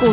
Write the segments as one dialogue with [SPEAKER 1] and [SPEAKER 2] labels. [SPEAKER 1] 股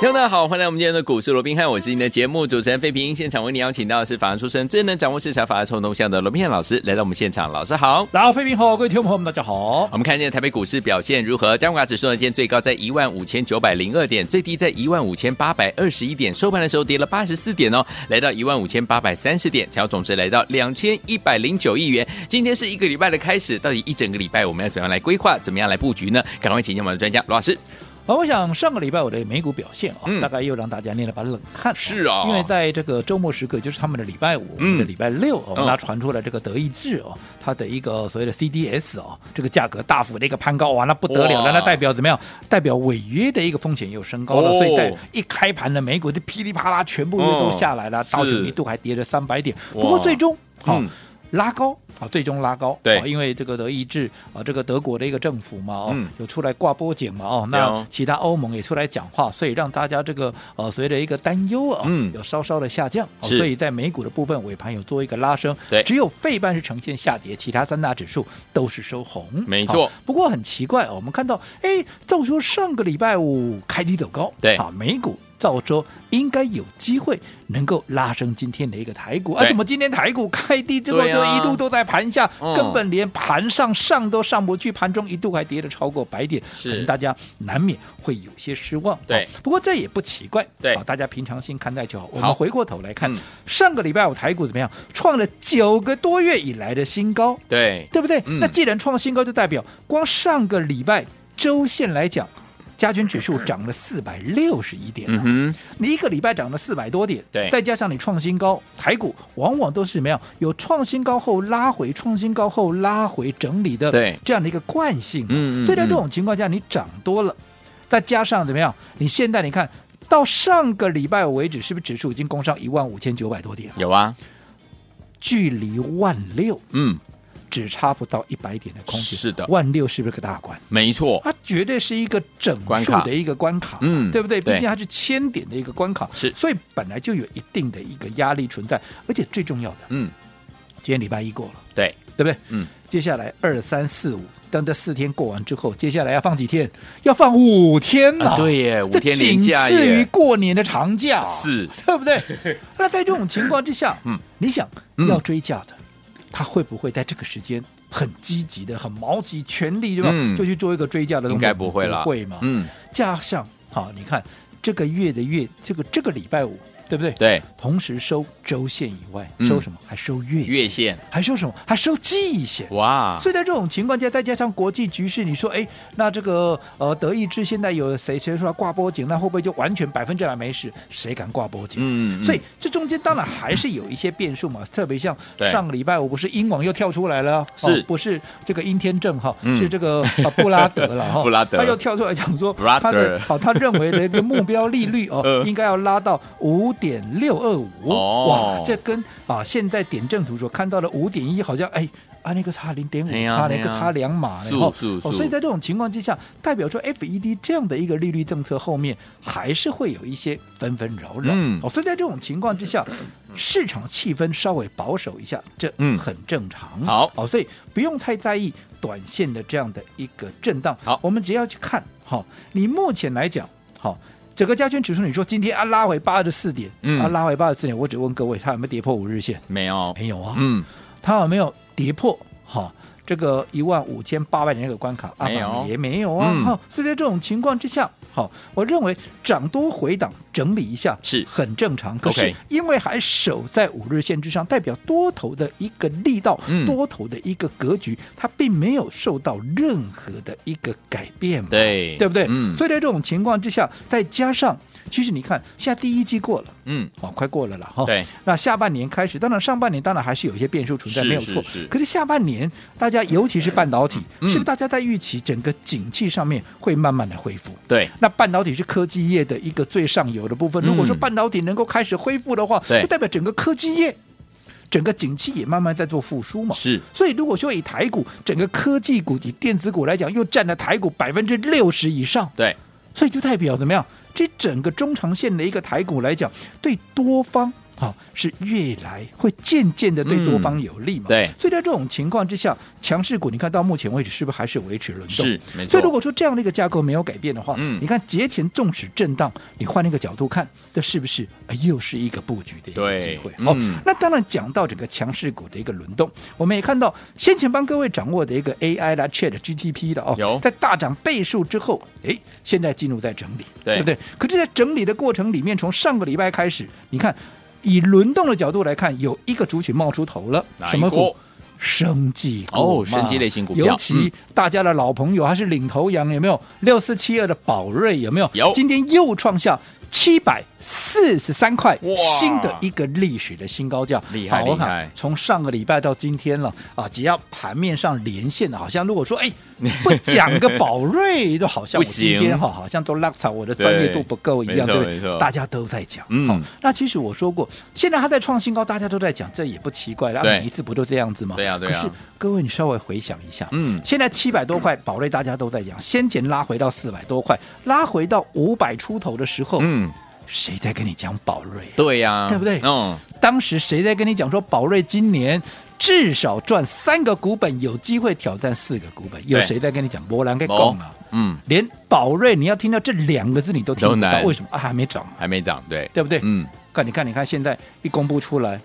[SPEAKER 2] 听众大家好，欢迎来我们今天的股市罗宾汉，我是您的节目主持人费平。现场为您邀请到的是法案出身、最能掌握市场法案冲动向的罗宾汉老师来到我们现场，老师好。
[SPEAKER 3] 然后，飞平好，各位听众朋友们，大家好。
[SPEAKER 2] 我们看见台北股市表现如何？加权指数呢，今天最高在一万五千九百零二点，最低在一万五千八百二十一点，收盘的时候跌了八十四点哦，来到一万五千八百三十点，成交总值来到两千一百零九亿元。今天是一个礼拜的开始，到底一整个礼拜我们要怎么样来规划，怎么样来布局呢？赶快请教我们的专家罗老师。
[SPEAKER 3] 好，我想上个礼拜我的美股表现啊，
[SPEAKER 2] 嗯
[SPEAKER 3] 大概又让大家捏了把冷汗。
[SPEAKER 2] 是啊
[SPEAKER 3] 因为在这个周末时刻，就是他们的礼拜五、我
[SPEAKER 2] 嗯
[SPEAKER 3] 们的礼拜六哦，
[SPEAKER 2] 嗯
[SPEAKER 3] 那传出了这个德意志哦，它的一个所谓的 CDS 哦，这个价格大幅的一个攀高，哇，啊那不得了
[SPEAKER 2] 哇
[SPEAKER 3] 了，那代表怎么样？代表违约的一个风险又升高了，
[SPEAKER 2] 哦
[SPEAKER 3] 所以在一开盘的美股就噼里啪啦全部又都下来了，
[SPEAKER 2] 嗯
[SPEAKER 3] 道
[SPEAKER 2] 是
[SPEAKER 3] 琼一度还跌了三百点，不
[SPEAKER 2] 哇
[SPEAKER 3] 过最终好。
[SPEAKER 2] 嗯
[SPEAKER 3] 拉高啊，最终拉高，
[SPEAKER 2] 对
[SPEAKER 3] 啊因为这个德意志啊，这个德国的一个政府嘛，哦，
[SPEAKER 2] 嗯
[SPEAKER 3] 有出来挂波警嘛，哦，
[SPEAKER 2] 对
[SPEAKER 3] 那
[SPEAKER 2] 哦
[SPEAKER 3] 其他欧盟也出来讲话，所以让大家这个呃，随着一个担忧啊，
[SPEAKER 2] 嗯
[SPEAKER 3] 有稍稍的下降、哦
[SPEAKER 2] 是
[SPEAKER 3] 所以在美股的部分尾盘有做一个拉升，
[SPEAKER 2] 对
[SPEAKER 3] 只有费半是呈现下跌，其他三大指数都是收红，
[SPEAKER 2] 没错
[SPEAKER 3] 好不过很奇怪哦，我们看到，哎，照说上个礼拜五开低走高，
[SPEAKER 2] 对
[SPEAKER 3] 啊，美股。照说应该有机会能够拉升今天的一个台股，啊，
[SPEAKER 2] 对
[SPEAKER 3] 怎么今天台股开低之后
[SPEAKER 2] 对
[SPEAKER 3] 就
[SPEAKER 2] 啊
[SPEAKER 3] 一路都在盘下，
[SPEAKER 2] 嗯
[SPEAKER 3] 根本连盘上上都上不去，盘中一度还跌了超过百点，
[SPEAKER 2] 是
[SPEAKER 3] 可能大家难免会有些失望。
[SPEAKER 2] 对
[SPEAKER 3] 哦不过这也不奇怪，
[SPEAKER 2] 对
[SPEAKER 3] 啊大家平常心看待就好。我
[SPEAKER 2] 好
[SPEAKER 3] 们回过头来看
[SPEAKER 2] 嗯，
[SPEAKER 3] 上个礼拜五台股怎么样？创了九个多月以来的新高，
[SPEAKER 2] 对，
[SPEAKER 3] 对不对？
[SPEAKER 2] 嗯
[SPEAKER 3] 那既然创新高，就代表光上个礼拜周线来讲，加权指数涨了四百六十一点、啊。
[SPEAKER 2] 嗯哼，
[SPEAKER 3] 你一个礼拜涨了四百多点，
[SPEAKER 2] 对
[SPEAKER 3] 再加上你创新高，台股往往都是怎么样？有创新高后拉回，创新高后拉回整理的，
[SPEAKER 2] 对
[SPEAKER 3] 这样的一个惯性。
[SPEAKER 2] 嗯嗯
[SPEAKER 3] 所以在这种情况下，你涨多了，再加上怎么样？你现在你看到上个礼拜为止，是不是指数已经攻上一万五千九百多点了？
[SPEAKER 2] 有啊，
[SPEAKER 3] 距离万六
[SPEAKER 2] 嗯，
[SPEAKER 3] 只差不到一百点的空间，
[SPEAKER 2] 是的
[SPEAKER 3] 万六是不是个大关？
[SPEAKER 2] 没错，
[SPEAKER 3] 它绝对是一个整
[SPEAKER 2] 关
[SPEAKER 3] 数
[SPEAKER 2] 卡
[SPEAKER 3] 的一个关卡，
[SPEAKER 2] 嗯
[SPEAKER 3] 对不对？毕
[SPEAKER 2] 对
[SPEAKER 3] 竟它是千点的一个关卡，
[SPEAKER 2] 是
[SPEAKER 3] 所以本来就有一定的一个压力存在，而且最重要的，
[SPEAKER 2] 嗯，
[SPEAKER 3] 今天礼拜一过了，
[SPEAKER 2] 对，
[SPEAKER 3] 对不对？
[SPEAKER 2] 嗯，
[SPEAKER 3] 接下来二三四五，当这四天过完之后，接下来要放几天？要放五天了，
[SPEAKER 2] 啊对耶五
[SPEAKER 3] 这
[SPEAKER 2] 天连假耶啊
[SPEAKER 3] 仅次于过年的长假，
[SPEAKER 2] 是，
[SPEAKER 3] 对不对？ 那在这种情况之下，
[SPEAKER 2] 嗯，
[SPEAKER 3] 你想
[SPEAKER 2] 嗯
[SPEAKER 3] 要追价的，他会不会在这个时间很积极的、很毛急、全力对吧？
[SPEAKER 2] 嗯
[SPEAKER 3] 就去做一个追价的动作？
[SPEAKER 2] 应该不会啦，
[SPEAKER 3] 会吗？
[SPEAKER 2] 嗯，
[SPEAKER 3] 加上好，你看这个月的月，这个这个礼拜五，对不对？。
[SPEAKER 2] 对，
[SPEAKER 3] 同时收周线以外，
[SPEAKER 2] 嗯
[SPEAKER 3] 收什么？还收月
[SPEAKER 2] 月线，
[SPEAKER 3] 还收什么？还收季线。
[SPEAKER 2] 哇，
[SPEAKER 3] 所以在这种情况下，再加上国际局势，你说，哎，那这个呃，德意志现在有谁谁说要挂波警，那会不会就完全百分之百没事？谁敢挂波警？
[SPEAKER 2] 嗯嗯嗯
[SPEAKER 3] 所以这中间当然还是有一些变数嘛，特别像
[SPEAKER 2] 对
[SPEAKER 3] 上个礼拜五不是英网又跳出来了，
[SPEAKER 2] 是
[SPEAKER 3] 哦不是这个殷天正哈，
[SPEAKER 2] 嗯
[SPEAKER 3] 是这个、啊、布拉德了 哈，
[SPEAKER 2] 布拉德
[SPEAKER 3] 他又跳出来讲说
[SPEAKER 2] Brother
[SPEAKER 3] 他的好、他认为的一个目标利率 哦
[SPEAKER 2] 呃，
[SPEAKER 3] 应该要拉到五点六二五，
[SPEAKER 2] 哦
[SPEAKER 3] 哇，这跟啊现在点阵图所看到的五点一好像哎。啊，那个差零点五，
[SPEAKER 2] 哎呀
[SPEAKER 3] 差
[SPEAKER 2] 哎
[SPEAKER 3] 那
[SPEAKER 2] 呀
[SPEAKER 3] 个差两码呢，
[SPEAKER 2] 是
[SPEAKER 3] 哦
[SPEAKER 2] 是
[SPEAKER 3] 哦
[SPEAKER 2] 是
[SPEAKER 3] 所以在这种情况之下，代表说 FED 这样的一个利率政策后面还是会有一些纷纷扰扰，
[SPEAKER 2] 嗯
[SPEAKER 3] 哦，所以在这种情况之下，市场气氛稍微保守一下，这
[SPEAKER 2] 嗯
[SPEAKER 3] 很正常。
[SPEAKER 2] 好
[SPEAKER 3] 哦，所以不用太在意短线的这样的一个震荡。
[SPEAKER 2] 好
[SPEAKER 3] 我们只要去看，好、你目前来讲，好、整个加权指数，你说今天啊拉回八十四点，
[SPEAKER 2] 嗯
[SPEAKER 3] 啊拉回八十四点，我只问各位，它有没有跌破五日线？
[SPEAKER 2] 没有，
[SPEAKER 3] 没有啊，
[SPEAKER 2] 嗯，
[SPEAKER 3] 它有没有跌破？哈、这个一万五千八百点那个关卡，啊
[SPEAKER 2] 没有
[SPEAKER 3] 也没有啊。
[SPEAKER 2] 嗯
[SPEAKER 3] 哈、所以在这种情况之下，好、我认为涨多回档整理一下
[SPEAKER 2] 是
[SPEAKER 3] 很正常。可是
[SPEAKER 2] OK
[SPEAKER 3] 因为还守在五日线之上，代表多头的一个力道、
[SPEAKER 2] 嗯
[SPEAKER 3] 多头的一个格局，它并没有受到任何的一个改变嘛。
[SPEAKER 2] 对，
[SPEAKER 3] 对不对？
[SPEAKER 2] 嗯，
[SPEAKER 3] 所以在这种情况之下，再加上，其实你看，现在第一季过了，
[SPEAKER 2] 嗯，
[SPEAKER 3] 哦，快过了了哈。
[SPEAKER 2] 对，
[SPEAKER 3] 那下半年开始，当然上半年当然还是有一些变数存在，
[SPEAKER 2] 是
[SPEAKER 3] 没有错。
[SPEAKER 2] 是是
[SPEAKER 3] 可是下半年，大家尤其是半导体，
[SPEAKER 2] 嗯
[SPEAKER 3] 是不是大家在预期整个景气上面会慢慢的恢复？
[SPEAKER 2] 对，
[SPEAKER 3] 那半导体是科技业的一个最上游的部分。如果说
[SPEAKER 2] 嗯
[SPEAKER 3] 半导体能够开始恢复的话，
[SPEAKER 2] 对
[SPEAKER 3] 就代表整个科技业。整个景气也慢慢在做复苏嘛。
[SPEAKER 2] 是
[SPEAKER 3] 所以如果说以台股整个科技股以电子股来讲，又占了台股百分之六十以上，
[SPEAKER 2] 对，
[SPEAKER 3] 所以就代表怎么样？这整个中长线的一个台股来讲，对多方。好、是越来会渐渐的对多方有利嘛、
[SPEAKER 2] 嗯对
[SPEAKER 3] 所以在这种情况之下，强势股你看到目前为止是不是还是维持轮动？
[SPEAKER 2] 是没错
[SPEAKER 3] 所以如果说这样的一个架构没有改变的话，
[SPEAKER 2] 嗯
[SPEAKER 3] 你看节前纵使震荡，你换一个角度看，这是不是呃又是一个布局的一个
[SPEAKER 2] 对
[SPEAKER 3] 机会？哦
[SPEAKER 2] 嗯
[SPEAKER 3] 那当然讲到整个强势股的一个轮动，我们也看到先前帮各位掌握的一个 AI 啦、Chat GTP 的哦，
[SPEAKER 2] 有
[SPEAKER 3] 在大涨倍数之后，诶，现在进入在整理，
[SPEAKER 2] 对
[SPEAKER 3] 不对？可是，在整理的过程里面，从上个礼拜开始，你看以轮动的角度来看，有一个族群冒出头了，
[SPEAKER 2] 哪一
[SPEAKER 3] 什么股
[SPEAKER 2] 波？
[SPEAKER 3] 生技股
[SPEAKER 2] 哦
[SPEAKER 3] 嘛
[SPEAKER 2] 生技类型股票
[SPEAKER 3] 尤其大家的老朋友，还是领头羊，有没有？六四七二的宝瑞有没有？
[SPEAKER 2] 有
[SPEAKER 3] 今天又创下七百四十三块
[SPEAKER 2] 哇
[SPEAKER 3] 新的一个历史的新高价，
[SPEAKER 2] 厉害
[SPEAKER 3] 好我看
[SPEAKER 2] 厉害
[SPEAKER 3] 从上个礼拜到今天了啊，只要盘面上连线的，好像如 果说哎不讲个宝瑞，都好像我
[SPEAKER 2] 不行
[SPEAKER 3] 今天哈好像都拉草我的专业度不够一样，
[SPEAKER 2] 对
[SPEAKER 3] 对
[SPEAKER 2] 没错
[SPEAKER 3] 不
[SPEAKER 2] 没错
[SPEAKER 3] 对？大家都在讲，
[SPEAKER 2] 嗯
[SPEAKER 3] 好那其实我说过，现在它在创新高，大家都在讲，这也不奇怪了，啊
[SPEAKER 2] 对
[SPEAKER 3] 每一次不都这样子吗？
[SPEAKER 2] 对啊对啊
[SPEAKER 3] 可是各位，你稍微回想一下，
[SPEAKER 2] 嗯
[SPEAKER 3] 现在七百多块宝瑞大家都在讲，先前拉回到四百多块，拉回到五百出头的时候，
[SPEAKER 2] 嗯，
[SPEAKER 3] 谁在跟你讲宝瑞、啊？
[SPEAKER 2] 对呀、
[SPEAKER 3] 哦对不对
[SPEAKER 2] 嗯，
[SPEAKER 3] 当时谁在跟你讲说宝瑞今年至少赚三个股本，有机会挑战四个股本？有
[SPEAKER 2] 对
[SPEAKER 3] 谁在跟你讲波兰跟
[SPEAKER 2] 哦
[SPEAKER 3] 共啊？，
[SPEAKER 2] 嗯，
[SPEAKER 3] 连宝瑞你要听到这两个字你都听不
[SPEAKER 2] 都
[SPEAKER 3] 到，
[SPEAKER 2] 难
[SPEAKER 3] 为什么啊？还没涨，
[SPEAKER 2] 还没涨，对，
[SPEAKER 3] 对不对？
[SPEAKER 2] 嗯，
[SPEAKER 3] 看你看你看，现在一公布出来。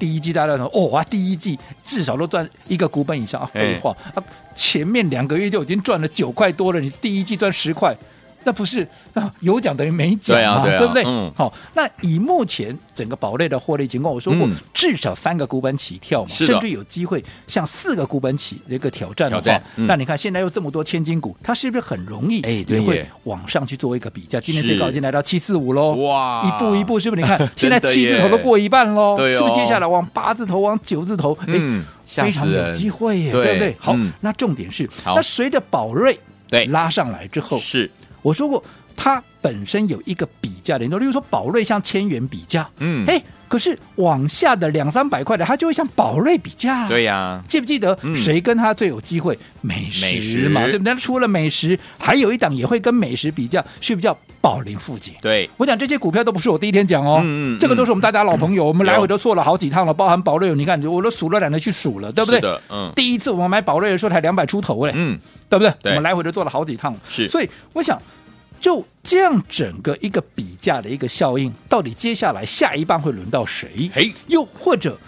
[SPEAKER 3] 第一季大家都说哦啊，第一季至少都赚一个股本以上啊，
[SPEAKER 2] 哎
[SPEAKER 3] 废话啊，前面两个月就已经赚了九块多了，你第一季赚十块，那不是啊有奖等于没奖
[SPEAKER 2] 对啊
[SPEAKER 3] 嘛，
[SPEAKER 2] 对啊
[SPEAKER 3] 不对？
[SPEAKER 2] 嗯
[SPEAKER 3] 好、那以目前整个宝类的获利情况，我说过、
[SPEAKER 2] 嗯
[SPEAKER 3] 至少三个股本起跳嘛，
[SPEAKER 2] 是的
[SPEAKER 3] 甚至有机会向四个股本起的一个挑战的
[SPEAKER 2] 挑
[SPEAKER 3] 话，
[SPEAKER 2] 战嗯
[SPEAKER 3] 那你看现在又这么多千金股，它是不是很容易
[SPEAKER 2] 哎对
[SPEAKER 3] 也会
[SPEAKER 2] 耶
[SPEAKER 3] 往上去做一个比较？今天
[SPEAKER 2] 是
[SPEAKER 3] 最高已经来到七四五喽，
[SPEAKER 2] 哇
[SPEAKER 3] 哦一步一步是不是？你看现在
[SPEAKER 2] 啊真的
[SPEAKER 3] 七字头
[SPEAKER 2] 耶
[SPEAKER 3] 都过一半喽，
[SPEAKER 2] 对哦
[SPEAKER 3] 是不是接下来往八字头、往九字头，哎、
[SPEAKER 2] 嗯吓
[SPEAKER 3] 非
[SPEAKER 2] 死
[SPEAKER 3] 常有
[SPEAKER 2] 人
[SPEAKER 3] 机会耶，
[SPEAKER 2] 对
[SPEAKER 3] 对不对？好，
[SPEAKER 2] 嗯
[SPEAKER 3] 那重点是，
[SPEAKER 2] 好
[SPEAKER 3] 那随着宝瑞
[SPEAKER 2] 对
[SPEAKER 3] 拉上来之后，
[SPEAKER 2] 是，
[SPEAKER 3] 我说过它本身有一个比价联动，例如说宝瑞像千元比价，
[SPEAKER 2] 嗯，
[SPEAKER 3] 哎、可是往下的两三百块的，它就会像宝瑞比价、啊，
[SPEAKER 2] 对呀、
[SPEAKER 3] 记不记得
[SPEAKER 2] 嗯
[SPEAKER 3] 谁跟他最有机会？美
[SPEAKER 2] 美
[SPEAKER 3] 食
[SPEAKER 2] 食
[SPEAKER 3] 嘛，对不对？那除了美食，还有一档也会跟美食比较，是不是叫宝林富锦？
[SPEAKER 2] 对，
[SPEAKER 3] 我讲这些股票都不是我第一天讲哦，
[SPEAKER 2] 嗯嗯嗯
[SPEAKER 3] 这个都是我们大家老朋友，我们来
[SPEAKER 2] 有
[SPEAKER 3] 回都做了好几趟了，包含宝瑞，你看我都数了懒得去数了，对不对
[SPEAKER 2] 是？的，嗯，
[SPEAKER 3] 第一次我们买宝瑞的时候才两百出头嘞，哎
[SPEAKER 2] 嗯，
[SPEAKER 3] 对不对？
[SPEAKER 2] 对
[SPEAKER 3] 我们来回都做了好几趟了，
[SPEAKER 2] 是
[SPEAKER 3] 所以我想，就这样整个一个比价的一个效应，到底接下来下一棒会轮到谁？
[SPEAKER 2] 嘿，
[SPEAKER 3] 又或者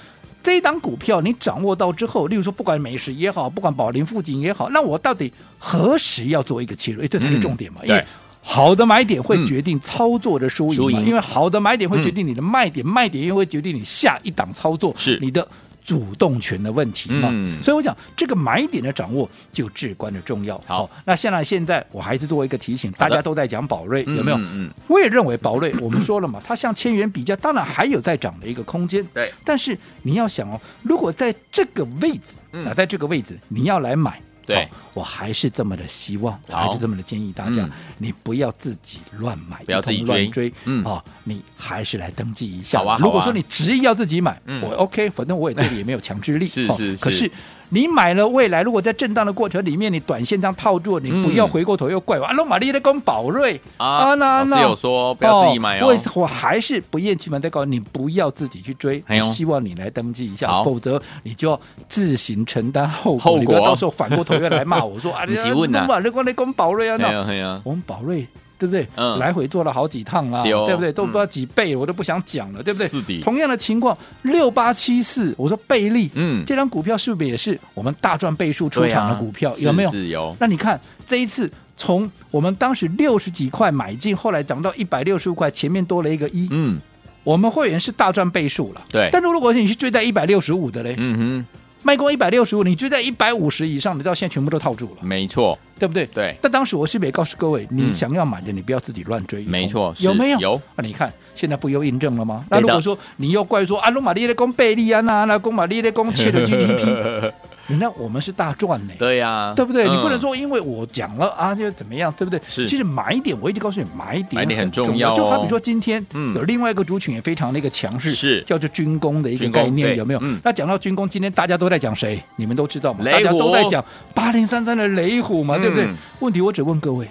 [SPEAKER 3] 这一档股票你掌握到之后，例如说不管美食也好，不管宝林附近也好，那我到底何时要做一个切入？哎，这才是
[SPEAKER 2] 嗯
[SPEAKER 3] 重点嘛，
[SPEAKER 2] 对
[SPEAKER 3] 因为。好的买点会决定操作的输
[SPEAKER 2] 输
[SPEAKER 3] 赢嘛，
[SPEAKER 2] 赢
[SPEAKER 3] 因为好的买点会决定你的卖点，卖点又会决定你下一档操作
[SPEAKER 2] 是
[SPEAKER 3] 你的主动权的问题嘛。
[SPEAKER 2] 嗯
[SPEAKER 3] 所以我讲这个买点的掌握就至关的重要。
[SPEAKER 2] 好
[SPEAKER 3] 那现在现在我还是做一个提醒，
[SPEAKER 2] 好的
[SPEAKER 3] 大家都在讲宝瑞，
[SPEAKER 2] 嗯
[SPEAKER 3] 有没有？
[SPEAKER 2] 嗯嗯
[SPEAKER 3] 我也认为宝瑞，我们说了嘛，它向千元比价，当然还有在涨的一个空间。
[SPEAKER 2] 对，
[SPEAKER 3] 但是你要想哦，如果在这个位置，
[SPEAKER 2] 嗯
[SPEAKER 3] 啊，在这个位置你要来买，
[SPEAKER 2] 对
[SPEAKER 3] 好我还是这么的希望，我
[SPEAKER 2] 好
[SPEAKER 3] 还是这么的建议大家，
[SPEAKER 2] 嗯
[SPEAKER 3] 你不要自己乱买，
[SPEAKER 2] 不要自己
[SPEAKER 3] 一通
[SPEAKER 2] 追
[SPEAKER 3] 乱追，
[SPEAKER 2] 嗯
[SPEAKER 3] 哦，你还是来登记一下。
[SPEAKER 2] 好啊好啊
[SPEAKER 3] 如果说你执意要自己买，
[SPEAKER 2] 嗯
[SPEAKER 3] 我 OK，反正我也对你也没有强制力，
[SPEAKER 2] 是
[SPEAKER 3] 哦
[SPEAKER 2] 是
[SPEAKER 3] 可
[SPEAKER 2] 是
[SPEAKER 3] 是。你买了未来，如果在震荡的过程里面，你短线这样套住，你不要
[SPEAKER 2] 嗯
[SPEAKER 3] 回过头又怪我。啊，龙玛丽在跟宝瑞
[SPEAKER 2] 啊，老师有说不要自己买哦
[SPEAKER 3] 我，我还是不厌其烦在告诉你，不要自己去追，
[SPEAKER 2] 哎呦
[SPEAKER 3] 我希望你来登记一下，
[SPEAKER 2] 好
[SPEAKER 3] 否则你就要自行承担后果。
[SPEAKER 2] 后
[SPEAKER 3] 你不要
[SPEAKER 2] 果
[SPEAKER 3] 到时候反过头又来 骂我说啊，
[SPEAKER 2] 不是问啊
[SPEAKER 3] 你把那个那跟宝瑞啊，
[SPEAKER 2] 哎
[SPEAKER 3] 那
[SPEAKER 2] 呀哎呀，
[SPEAKER 3] 我们宝瑞。对不对？
[SPEAKER 2] 嗯
[SPEAKER 3] 来回做了好几趟啦，
[SPEAKER 2] 对哦
[SPEAKER 3] 对不对？都不知道几倍，我都不想讲了，对不对？
[SPEAKER 2] 是的
[SPEAKER 3] 同样的情况，六八七四，我说贝利，
[SPEAKER 2] 嗯
[SPEAKER 3] 这张股票是不是也是我们大赚倍数出
[SPEAKER 2] 对啊
[SPEAKER 3] 场的股票？
[SPEAKER 2] 是
[SPEAKER 3] 有没有？
[SPEAKER 2] 是有，
[SPEAKER 3] 那你看这一次，从我们当时六十几块买进，后来涨到一百六十五块，前面多了一个一、
[SPEAKER 2] 嗯
[SPEAKER 3] 我们会员是大赚倍数了。
[SPEAKER 2] 对
[SPEAKER 3] 但是如果你是追在一百六十五的嘞，
[SPEAKER 2] 嗯
[SPEAKER 3] 卖过一百六十五，你追在一百五十以上，你到现在全部都套住了
[SPEAKER 2] 哼，，没错，
[SPEAKER 3] 对不对？。
[SPEAKER 2] 对，
[SPEAKER 3] 但当时我是不是也告诉各位，你
[SPEAKER 2] 嗯
[SPEAKER 3] 想要买的，你不要自己乱追一通。
[SPEAKER 2] 没错是
[SPEAKER 3] 有没有？
[SPEAKER 2] 有。
[SPEAKER 3] 那、你看现在不又印证了吗？
[SPEAKER 2] 对的
[SPEAKER 3] 那如果说你又怪说啊，罗马利的攻贝利啊，那那攻马利的攻切了 GDP，你那我们是大赚呢、
[SPEAKER 2] 对呀，
[SPEAKER 3] 对不对？
[SPEAKER 2] 嗯
[SPEAKER 3] 你不能说因为我讲了啊，就怎么样，对不对？
[SPEAKER 2] 是
[SPEAKER 3] 其实买点，我一直告诉你，买点
[SPEAKER 2] 买点很重
[SPEAKER 3] 重
[SPEAKER 2] 要哦
[SPEAKER 3] 就好比说今天
[SPEAKER 2] 嗯
[SPEAKER 3] 有另外一个族群也非常的一个强势，
[SPEAKER 2] 是
[SPEAKER 3] 叫做军工的一个
[SPEAKER 2] 军工
[SPEAKER 3] 概
[SPEAKER 2] 对
[SPEAKER 3] 念，有没有
[SPEAKER 2] 嗯？
[SPEAKER 3] 那讲到军工，今天大家都在讲谁？你们都知道嘛？
[SPEAKER 2] 雷
[SPEAKER 3] 大家都在
[SPEAKER 2] 虎哦
[SPEAKER 3] 讲八零三三的雷虎嘛，对不对
[SPEAKER 2] 嗯？
[SPEAKER 3] 问题我只问各位，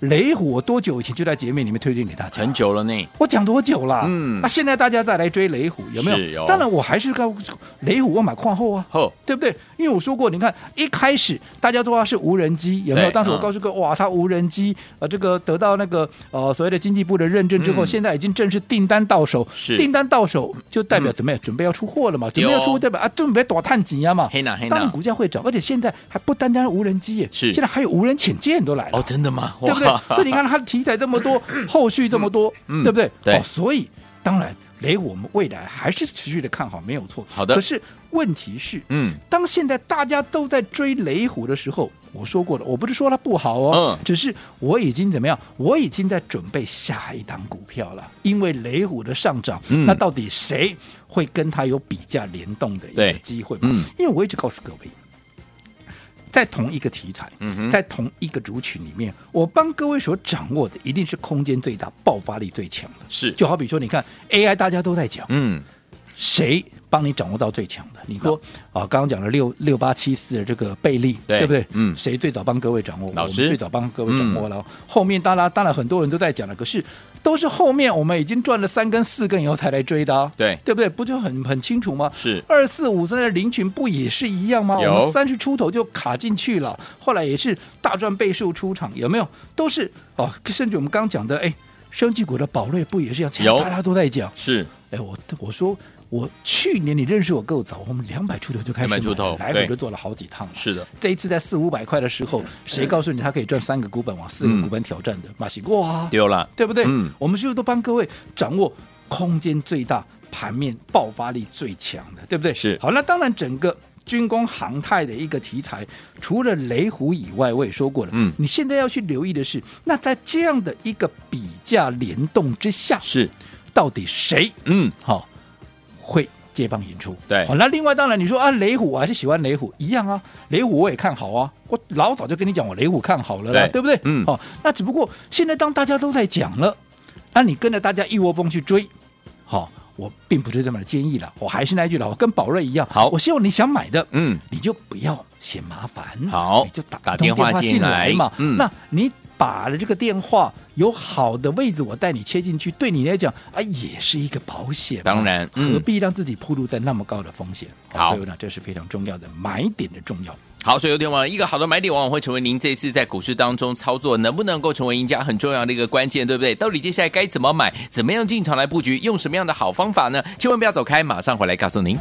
[SPEAKER 3] 雷虎我多久以前就在节目里面推荐给大家？
[SPEAKER 2] 很久了呢，
[SPEAKER 3] 我讲多久啦？
[SPEAKER 2] 嗯
[SPEAKER 3] 那、现在大家再来追雷虎，有没
[SPEAKER 2] 是有哦
[SPEAKER 3] 有？当然，我还是告雷虎我买矿后啊，
[SPEAKER 2] 后
[SPEAKER 3] 对不对？因为我说过，你看一开始大家都要是无人机，有没有？
[SPEAKER 2] 对
[SPEAKER 3] 当时我
[SPEAKER 2] 嗯
[SPEAKER 3] 告诉各位，哇，它无人机呃，这个得到那个呃所谓的经济部的认证之后，
[SPEAKER 2] 嗯
[SPEAKER 3] 现在已经正式订单到手，
[SPEAKER 2] 是
[SPEAKER 3] 订单到手就代表怎么样？准备要出货了嘛？准备要出
[SPEAKER 2] 有
[SPEAKER 3] 货代表啊，准备躲探紧呀嘛
[SPEAKER 2] 嘿呐嘿呐。
[SPEAKER 3] 当然股价会涨，而且现在还不单单无人机耶，
[SPEAKER 2] 是
[SPEAKER 3] 现在还有无人潜舰都来了
[SPEAKER 2] 哦，。真的吗？
[SPEAKER 3] 对不对
[SPEAKER 2] 哇？
[SPEAKER 3] 所以你看它的题材这么 多，后续这么多，
[SPEAKER 2] 嗯嗯
[SPEAKER 3] 对不对？
[SPEAKER 2] 对
[SPEAKER 3] 哦，所以当然，雷我们未来还是持续的看好，没有错。
[SPEAKER 2] 好的
[SPEAKER 3] 可是问题是，
[SPEAKER 2] 嗯，
[SPEAKER 3] 当现在大家都在追雷虎的时候，我说过了，我不是说它不好
[SPEAKER 2] 嗯
[SPEAKER 3] 哦，只是我已经怎么样，我已经在准备下一档股票了，因为雷虎的上涨，
[SPEAKER 2] 嗯
[SPEAKER 3] 那到底谁会跟它有比价联动的一
[SPEAKER 2] 对
[SPEAKER 3] 个机会嘛？
[SPEAKER 2] 嗯
[SPEAKER 3] 因为我一直告诉各位。在同一个题材，
[SPEAKER 2] 嗯哼
[SPEAKER 3] 在同一个族群里面，我帮各位所掌握的一定是空间最大、爆发力最强的。
[SPEAKER 2] 是，
[SPEAKER 3] 就好比说，你看 AI 大家都在讲，
[SPEAKER 2] 嗯，
[SPEAKER 3] 谁帮你掌握到最强的？你说啊，刚刚讲了六六八七四的这个贝利，
[SPEAKER 2] 对
[SPEAKER 3] 不对？
[SPEAKER 2] 嗯
[SPEAKER 3] 谁最早帮各位掌握？
[SPEAKER 2] 老师嗯
[SPEAKER 3] 我们最早帮各位掌握了哦。后面当然当然很多人都在讲了，可是都是后面我们已经赚了三根四根以后才来追的、啊，
[SPEAKER 2] 对
[SPEAKER 3] 对不对？不就很很清楚吗？
[SPEAKER 2] 是
[SPEAKER 3] 二四五三的林群不也是一样吗？
[SPEAKER 2] 有
[SPEAKER 3] 我们三十出头就卡进去了，后来也是大赚倍数出场，有没有？都是哦，甚至我们刚讲的，哎，生技股的宝瑞不也是一样？现在
[SPEAKER 2] 有
[SPEAKER 3] 大家都在讲。
[SPEAKER 2] 是，
[SPEAKER 3] 哎，我我说我去年你认识我够早，我们两百出头就开始买
[SPEAKER 2] 200出头
[SPEAKER 3] 来
[SPEAKER 2] 对
[SPEAKER 3] 回就做了好几趟了。
[SPEAKER 2] 是的，
[SPEAKER 3] 这一次在四五百块的时候，谁告诉你他可以赚三个股本往四个股本挑战的？马西哇，
[SPEAKER 2] 丢了，
[SPEAKER 3] 对不对？
[SPEAKER 2] 嗯
[SPEAKER 3] 我们是不是都帮各位掌握空间最大、盘面爆发力最强的，对不对？
[SPEAKER 2] 是
[SPEAKER 3] 好，那当然整个。军工航太的一个题材，除了雷虎以外，我也说过了。
[SPEAKER 2] 嗯
[SPEAKER 3] 你现在要去留意的是，那在这样的一个比价联动之下，
[SPEAKER 2] 是，
[SPEAKER 3] 到底谁
[SPEAKER 2] 嗯，
[SPEAKER 3] 好、会接棒演出。
[SPEAKER 2] 对
[SPEAKER 3] 好、那另外当然你说啊，雷虎我还是喜欢雷虎一样啊，雷虎我也看好啊，我老早就跟你讲我雷虎看好了啦，
[SPEAKER 2] 对
[SPEAKER 3] 对不对？
[SPEAKER 2] 嗯
[SPEAKER 3] 好、那只不过现在当大家都在讲了，那、你跟着大家一窝蜂去追，好、我并不是这么的建议了，我还是那句了，我跟宝瑞一样，
[SPEAKER 2] 好
[SPEAKER 3] 我希望你想买的，
[SPEAKER 2] 嗯，
[SPEAKER 3] 你就不要嫌麻烦，
[SPEAKER 2] 好
[SPEAKER 3] 你就打
[SPEAKER 2] 打
[SPEAKER 3] 一通
[SPEAKER 2] 电
[SPEAKER 3] 电
[SPEAKER 2] 话
[SPEAKER 3] 话
[SPEAKER 2] 进
[SPEAKER 3] 进来
[SPEAKER 2] 来
[SPEAKER 3] 嘛。
[SPEAKER 2] 嗯
[SPEAKER 3] 那你把了这个电话，有好的位置，我带你切进去，对你来讲啊，也是一个保险嘛。
[SPEAKER 2] 当然嗯
[SPEAKER 3] 何必让自己铺路在那么高的风险？哦
[SPEAKER 2] 好
[SPEAKER 3] 所以呢，这是非常重要的买点的重要。
[SPEAKER 2] 好，所以有点网一个好的买点往往会成为您这次在股市当中操作能不能够成为赢家很重要的一个关键，对不对？到底接下来该怎么买，怎么样进场来布局，用什么样的好方法呢？千万不要走开，马上回来告诉您。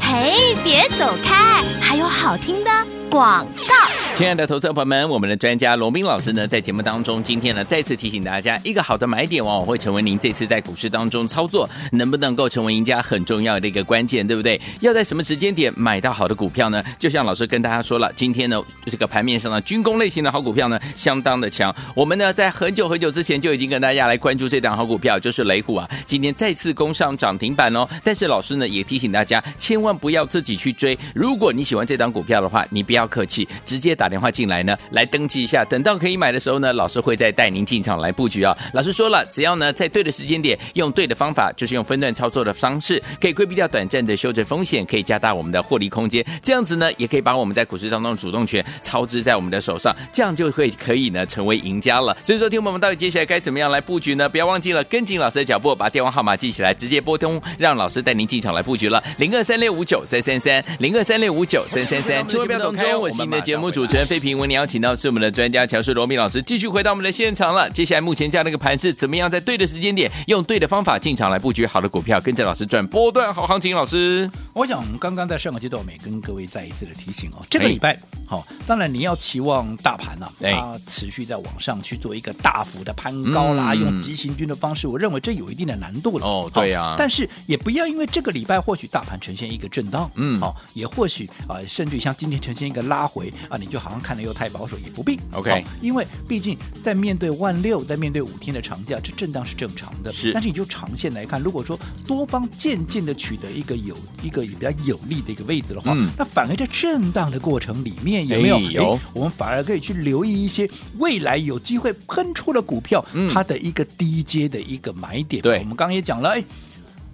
[SPEAKER 1] 嘿，别走开，还有好听的广告。
[SPEAKER 2] 亲爱的投资者朋友们，我们的专家罗斌老师呢，在节目当中，今天呢再次提醒大家，一个好的买点往往会成为您这次在股市当中操作能不能够成为赢家很重要的一个关键，对不对？要在什么时间点买到好的股票呢？就像老师跟大家说了，今天呢这个盘面上的军工类型的好股票呢，相当的强。我们呢在很久很久之前就已经跟大家来关注这档好股票，就是雷虎啊，今天再次攻上涨停板哦。但是老师呢也提醒大家，千万不要自己去追。如果你喜欢这档股票的话，你不要客气，直接打电话进来呢，来登记一下。等到可以买的时候呢，老师会再带您进场来布局啊。老师说了，只要呢在对的时间点，用对的方法，就是用分段操作的方式，可以规避掉短暂的修正风险，可以加大我们的获利空间。这样子呢，也可以把我们在股市当中的主动权操之在我们的手上，这样就会可以呢成为赢家了。所以说，听我们到底接下来该怎么样来布局呢？不要忘记了跟紧老师的脚步，把电话号码记起来，直接拨通，让老师带您进场来布局了。零二三六五九三三三，零二三六五九三三三，千万不要走开哦。我是你的节目主持人费平，为您邀请到是我们的专家乔氏罗密老师，继续回到我们的现场了。接下来目前这样的一个盘势，怎么样在对的时间点，用对的方法进场来布局好的股票，跟着老师赚波段好行情。老师，
[SPEAKER 3] 我想刚刚在上个阶段，我们也跟各位再一次的提醒哦，这个礼拜好、当然你要期望大盘呐、
[SPEAKER 2] 哎
[SPEAKER 3] 它持续在往上去做一个大幅的攀高啦，
[SPEAKER 2] 嗯
[SPEAKER 3] 用急行军的方式，我认为这有一定的难度了。
[SPEAKER 2] 哦
[SPEAKER 3] 好
[SPEAKER 2] 对呀
[SPEAKER 3] 但是也不要因为这个礼拜或许大盘呈现一个震荡，
[SPEAKER 2] 嗯
[SPEAKER 3] 好、也或许啊、呃甚至像今天呈现一个拉回啊，你就好像看的又太保守，也不必。
[SPEAKER 2] OK
[SPEAKER 3] 好因为毕竟在面对万六，在面对五天的长假，这震荡是正常的。
[SPEAKER 2] 是
[SPEAKER 3] 但是你就长线来看，如果说多方渐渐的取得一个有一个比较有利的一个位置的话，
[SPEAKER 2] 嗯
[SPEAKER 3] 那反而在震荡的过程里面有没有？
[SPEAKER 2] 哎有
[SPEAKER 3] 哎我们反而可以去留意一些未来有机会喷出的股票，
[SPEAKER 2] 嗯
[SPEAKER 3] 它的一个低阶的一个买点。
[SPEAKER 2] 对
[SPEAKER 3] 我们刚刚也讲了，哎。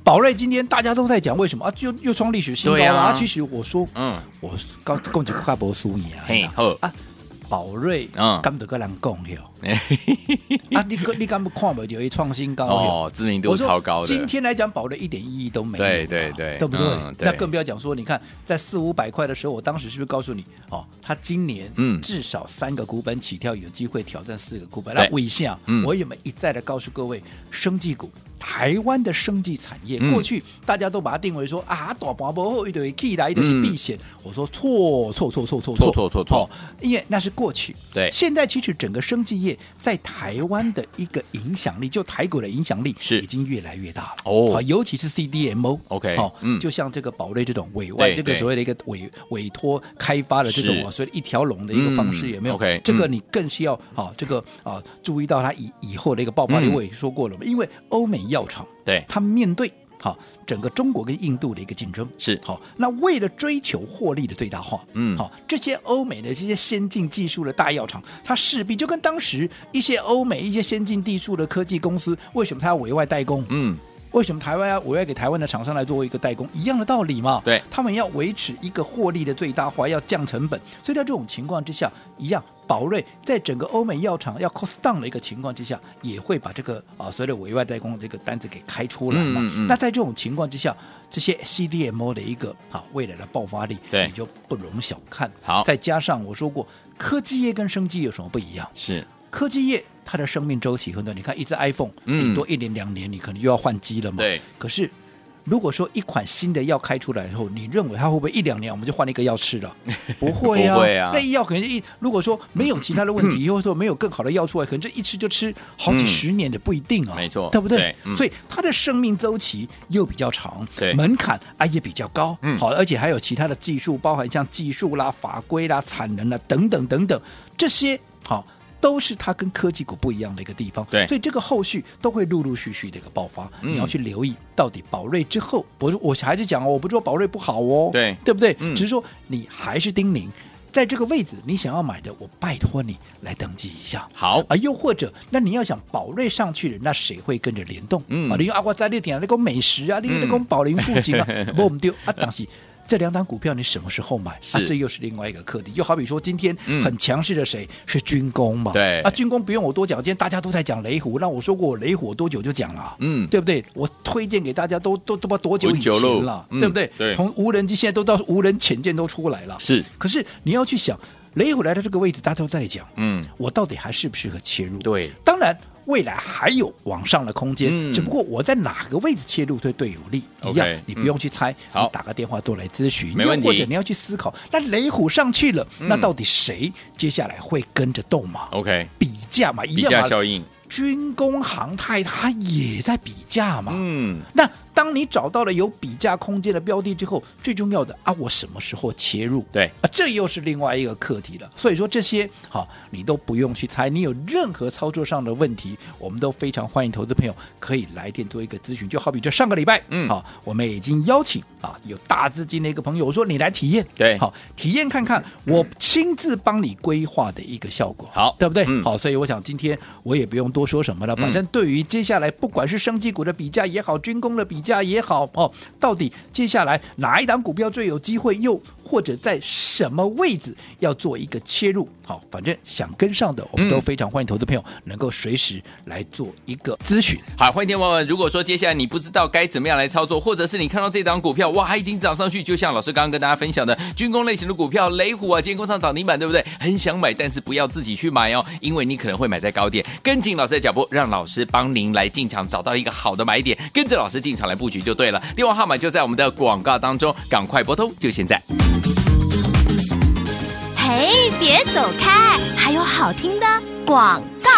[SPEAKER 3] 宝瑞今天大家都在讲为什么啊？又又创历史新高
[SPEAKER 2] 对
[SPEAKER 3] 了、
[SPEAKER 2] 啊
[SPEAKER 3] 其实我说，
[SPEAKER 2] 嗯，
[SPEAKER 3] 我刚讲一句话无输赢
[SPEAKER 2] 嘿
[SPEAKER 3] 啊，
[SPEAKER 2] 好
[SPEAKER 3] 啊，宝瑞，
[SPEAKER 2] 嗯
[SPEAKER 3] 嗯，敢得跟人讲了，啊，你个你敢不看不到一创新高了？
[SPEAKER 2] 哦，知名度
[SPEAKER 3] 我说
[SPEAKER 2] 超高的，
[SPEAKER 3] 今天来讲宝瑞一点意义都没有嘛，
[SPEAKER 2] 对对对
[SPEAKER 3] 对不对
[SPEAKER 2] 嗯？对
[SPEAKER 3] 那更不要讲说，你看在四五百块的时候，我当时是不是告诉你，哦，它今年
[SPEAKER 2] 嗯
[SPEAKER 3] 至少三个股本起跳，有机会挑战四个股本。来
[SPEAKER 2] 对
[SPEAKER 3] 问一下
[SPEAKER 2] 嗯，
[SPEAKER 3] 我有没有一再的告诉各位，生技股？台湾的生技产业，
[SPEAKER 2] 嗯
[SPEAKER 3] 过去大家都把它定为说啊，大盘不后一堆 key 来一堆
[SPEAKER 2] 嗯
[SPEAKER 3] 是避险。我说错错错错错
[SPEAKER 2] 错错错错
[SPEAKER 3] 哦因为那是过去。
[SPEAKER 2] 对
[SPEAKER 3] 现在其实整个生技业在台湾的一个影响力，就台股的影响力
[SPEAKER 2] 是
[SPEAKER 3] 已经越来越大了。
[SPEAKER 2] 哦
[SPEAKER 3] 好尤其是 CDMO。
[SPEAKER 2] OK，
[SPEAKER 3] 好，
[SPEAKER 2] 嗯
[SPEAKER 3] 就像这个宝瑞这种委
[SPEAKER 2] 对
[SPEAKER 3] 外这个
[SPEAKER 2] 对
[SPEAKER 3] 所谓的一个委委托开发的这种
[SPEAKER 2] 是
[SPEAKER 3] 啊，所以一条龙的一个方式
[SPEAKER 2] 嗯
[SPEAKER 3] 有没有
[SPEAKER 2] OK，
[SPEAKER 3] 这个
[SPEAKER 2] 嗯
[SPEAKER 3] 你更是要啊，这个啊注意到它以以后的一个爆发力。
[SPEAKER 2] 嗯
[SPEAKER 3] 我也说过了嘛，因为欧美药厂
[SPEAKER 2] 对，
[SPEAKER 3] 他们面对好整个中国跟印度的一个竞争
[SPEAKER 2] 是
[SPEAKER 3] 好，那为了追求获利的最大化，
[SPEAKER 2] 嗯
[SPEAKER 3] 好，这些欧美的这些先进技术的大药厂，它势必就跟当时一些欧美一些先进技术的科技公司，为什么它要委外代工？
[SPEAKER 2] 嗯，
[SPEAKER 3] 为什么台湾要委外给台湾的厂商来做一个代工？一样的道理嘛。
[SPEAKER 2] 对
[SPEAKER 3] 他们要维持一个获利的最大化，要降成本。所以在这种情况之下，一样，宝瑞在整个欧美药厂要 cost down 的一个情况之下，也会把这个啊所谓的委外代工的这个单子给开出来嘛。
[SPEAKER 2] 嗯嗯嗯
[SPEAKER 3] 那在这种情况之下，这些 CDMO 的一个啊未来的爆发力，
[SPEAKER 2] 对
[SPEAKER 3] 你就不容小看。
[SPEAKER 2] 好
[SPEAKER 3] 再加上我说过，科技业跟生技有什么不一样？
[SPEAKER 2] 是
[SPEAKER 3] 科技业它的生命周期很短，你看一只 iPhone，
[SPEAKER 2] 嗯
[SPEAKER 3] 顶多一年两年，你可能又要换机了嘛。
[SPEAKER 2] 对。
[SPEAKER 3] 可是如果说一款新的药开出来以后，你认为它会不会一两年我们就换了一个药吃 了？不会呀、
[SPEAKER 2] 不会啊
[SPEAKER 3] 那药可能就一如果说没有其他的问题，或者说没有更好的药出来，可能这一吃就吃好几
[SPEAKER 2] 嗯
[SPEAKER 3] 十年的，不一定啊。
[SPEAKER 2] 没错
[SPEAKER 3] 对不对？
[SPEAKER 2] 对嗯
[SPEAKER 3] 所以它的生命周期又比较长，
[SPEAKER 2] 对
[SPEAKER 3] 门槛啊也比较高。
[SPEAKER 2] 嗯
[SPEAKER 3] 好，而且还有其他的技术，包含像技术啦、法规啦、产能啦等等等等这些，好、都是它跟科技股不一样的一个地方，
[SPEAKER 2] 对
[SPEAKER 3] 所以这个后续都会陆陆续续的一个爆发，
[SPEAKER 2] 嗯
[SPEAKER 3] 你要去留意到底宝瑞之后，我说我还是讲哦，我不是说宝瑞不好哦，
[SPEAKER 2] 对
[SPEAKER 3] 对不对？
[SPEAKER 2] 嗯
[SPEAKER 3] 只是说你还是叮咛，在这个位置你想要买的，我拜托你来登记一下，
[SPEAKER 2] 好，
[SPEAKER 3] 啊，又或者，那你要想宝瑞上去了，那谁会跟着联动？
[SPEAKER 2] 嗯
[SPEAKER 3] 啊，你用阿瓜在那点那个美食啊，你
[SPEAKER 2] 嗯
[SPEAKER 3] 那个宝林附近啊， 不我们丢啊，当时。这两档股票你什么时候买？啊
[SPEAKER 2] 是，
[SPEAKER 3] 这又是另外一个课题。又好比说，今天
[SPEAKER 2] 嗯
[SPEAKER 3] 很强势的谁、是军工嘛？
[SPEAKER 2] 对
[SPEAKER 3] 啊，军工不用我多讲，今天大家都在讲雷虎，那我说过我雷虎我多久就讲了啊，
[SPEAKER 2] 嗯
[SPEAKER 3] 对不对？我推荐给大家都都都不知道多久
[SPEAKER 2] 很
[SPEAKER 3] 以
[SPEAKER 2] 久
[SPEAKER 3] 前
[SPEAKER 2] 喽
[SPEAKER 3] 了，
[SPEAKER 2] 嗯
[SPEAKER 3] 对不对？
[SPEAKER 2] 对
[SPEAKER 3] 从无人机现在都到无人潜舰都出来了，
[SPEAKER 2] 是，
[SPEAKER 3] 可是你要去想，雷虎来到这个位置，大家都在讲，
[SPEAKER 2] 嗯，
[SPEAKER 3] 我到底还适不适合切入？，
[SPEAKER 2] 对，
[SPEAKER 3] 当然未来还有往上的空间，
[SPEAKER 2] 嗯
[SPEAKER 3] 只不过我在哪个位置切入对队友利一
[SPEAKER 2] OK，
[SPEAKER 3] 样，你不用去猜，
[SPEAKER 2] 嗯好
[SPEAKER 3] 你打个电话做来咨询，
[SPEAKER 2] 没问题嗯
[SPEAKER 3] 又或者你要去思考，那雷虎上去了，那到底谁接下来会跟着动嘛？
[SPEAKER 2] OK，
[SPEAKER 3] 比价嘛，
[SPEAKER 2] 哦
[SPEAKER 3] 一
[SPEAKER 2] 比
[SPEAKER 3] 样
[SPEAKER 2] 价
[SPEAKER 3] 嘛，
[SPEAKER 2] 效应，
[SPEAKER 3] 军工航太它也在比价嘛，
[SPEAKER 2] 嗯，
[SPEAKER 3] 那当你找到了有比价空间的标的之后，最重要的啊，我什么时候切入？
[SPEAKER 2] 对
[SPEAKER 3] 啊，这又是另外一个课题了。所以说这些好，你都不用去猜，你有任何操作上的问题，我们都非常欢迎投资朋友可以来电做一个咨询。就好比这上个礼拜，
[SPEAKER 2] 嗯
[SPEAKER 3] 好，我们已经邀请啊有大资金的一个朋友，我说你来体验，
[SPEAKER 2] 对嗯
[SPEAKER 3] 好，体验看看我亲自帮你规划的一个效果，
[SPEAKER 2] 好
[SPEAKER 3] 对不对？
[SPEAKER 2] 嗯
[SPEAKER 3] 好，所以我想今天我也不用多说什么了，
[SPEAKER 2] 嗯
[SPEAKER 3] 反正对于接下来不管是生技股的比价也好，军工的比价也好，哦，到底接下来哪一档股票最有机会，又或者在什么位置要做一个切入？好，反正想跟上的，我们
[SPEAKER 2] 嗯
[SPEAKER 3] 都非常欢迎投资朋友能够随时来做一个咨询。
[SPEAKER 2] 好，欢迎天王们。如果说接下来你不知道该怎么样来操作，或者是你看到这档股票哇，它已经涨上去，就像老师刚刚跟大家分享的军工类型的股票雷虎啊，今天工上涨停板，对不对？很想买，但是不要自己去买哦，因为你可能会买在高点。跟紧老师的脚步，让老师帮您来进场，找到一个好的买点，跟着老师进场来布局就对了。电话号码就在我们的广告当中，赶快拨通，就现在。
[SPEAKER 1] 嘿，别走开，还有好听的广告。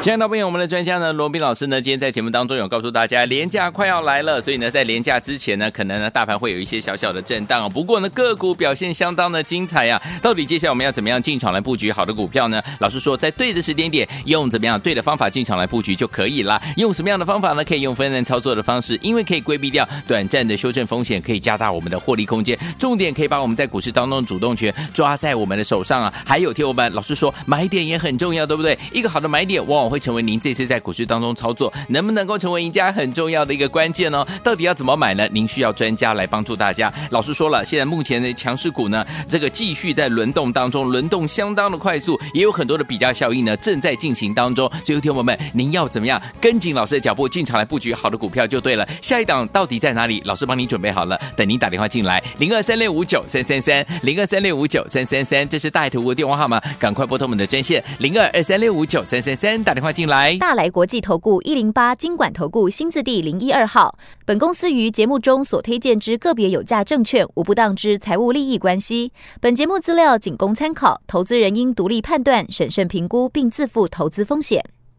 [SPEAKER 2] 亲爱的朋友我们的专家呢，罗斌老师呢，今天在节目当中有告诉大家，廉价快要来了，所以呢，在廉价之前呢，可能呢，大盘会有一些小小的震荡、哦。不过呢，个股表现相当的精彩呀、到底接下来我们要怎么样进场来布局好的股票呢？老师说，在对的时间点，用怎么样对的方法进场来布局就可以啦。用什么样的方法呢？可以用分散操作的方式，因为可以规避掉短暂的修正风险，可以加大我们的获利空间。重点可以把我们在股市当中的主动权抓在我们的手上啊。还有听我们老师说，买点也很重要，对不对？一个好的买点往往会成为您这次在股市当中操作能不能够成为赢家很重要的一个关键哦。到底要怎么买呢？您需要专家来帮助大家。老师说了，现在目前的强势股呢，这个继续在轮动当中，轮动相当的快速，也有很多的比价效应呢正在进行当中。所以，听我们，您要怎么样跟紧老师的脚步进场来布局好的股票就对了。下一档到底在哪里？老师帮你准备好了，等您打电话进来，零二三六五九三三三，零二三六五九三三三，这是大爱图的电话号码，赶快拨通我们的专线零二二三六五九三三三，打电话进来。
[SPEAKER 1] 大来国际投顾一零八金管投顾新字第零一二号。本公司于节目中所推荐之个别有价证券，无不当之财务利益关系。本节目资料仅供参考，投资人应独立判断、审慎评估，并自负投资风险。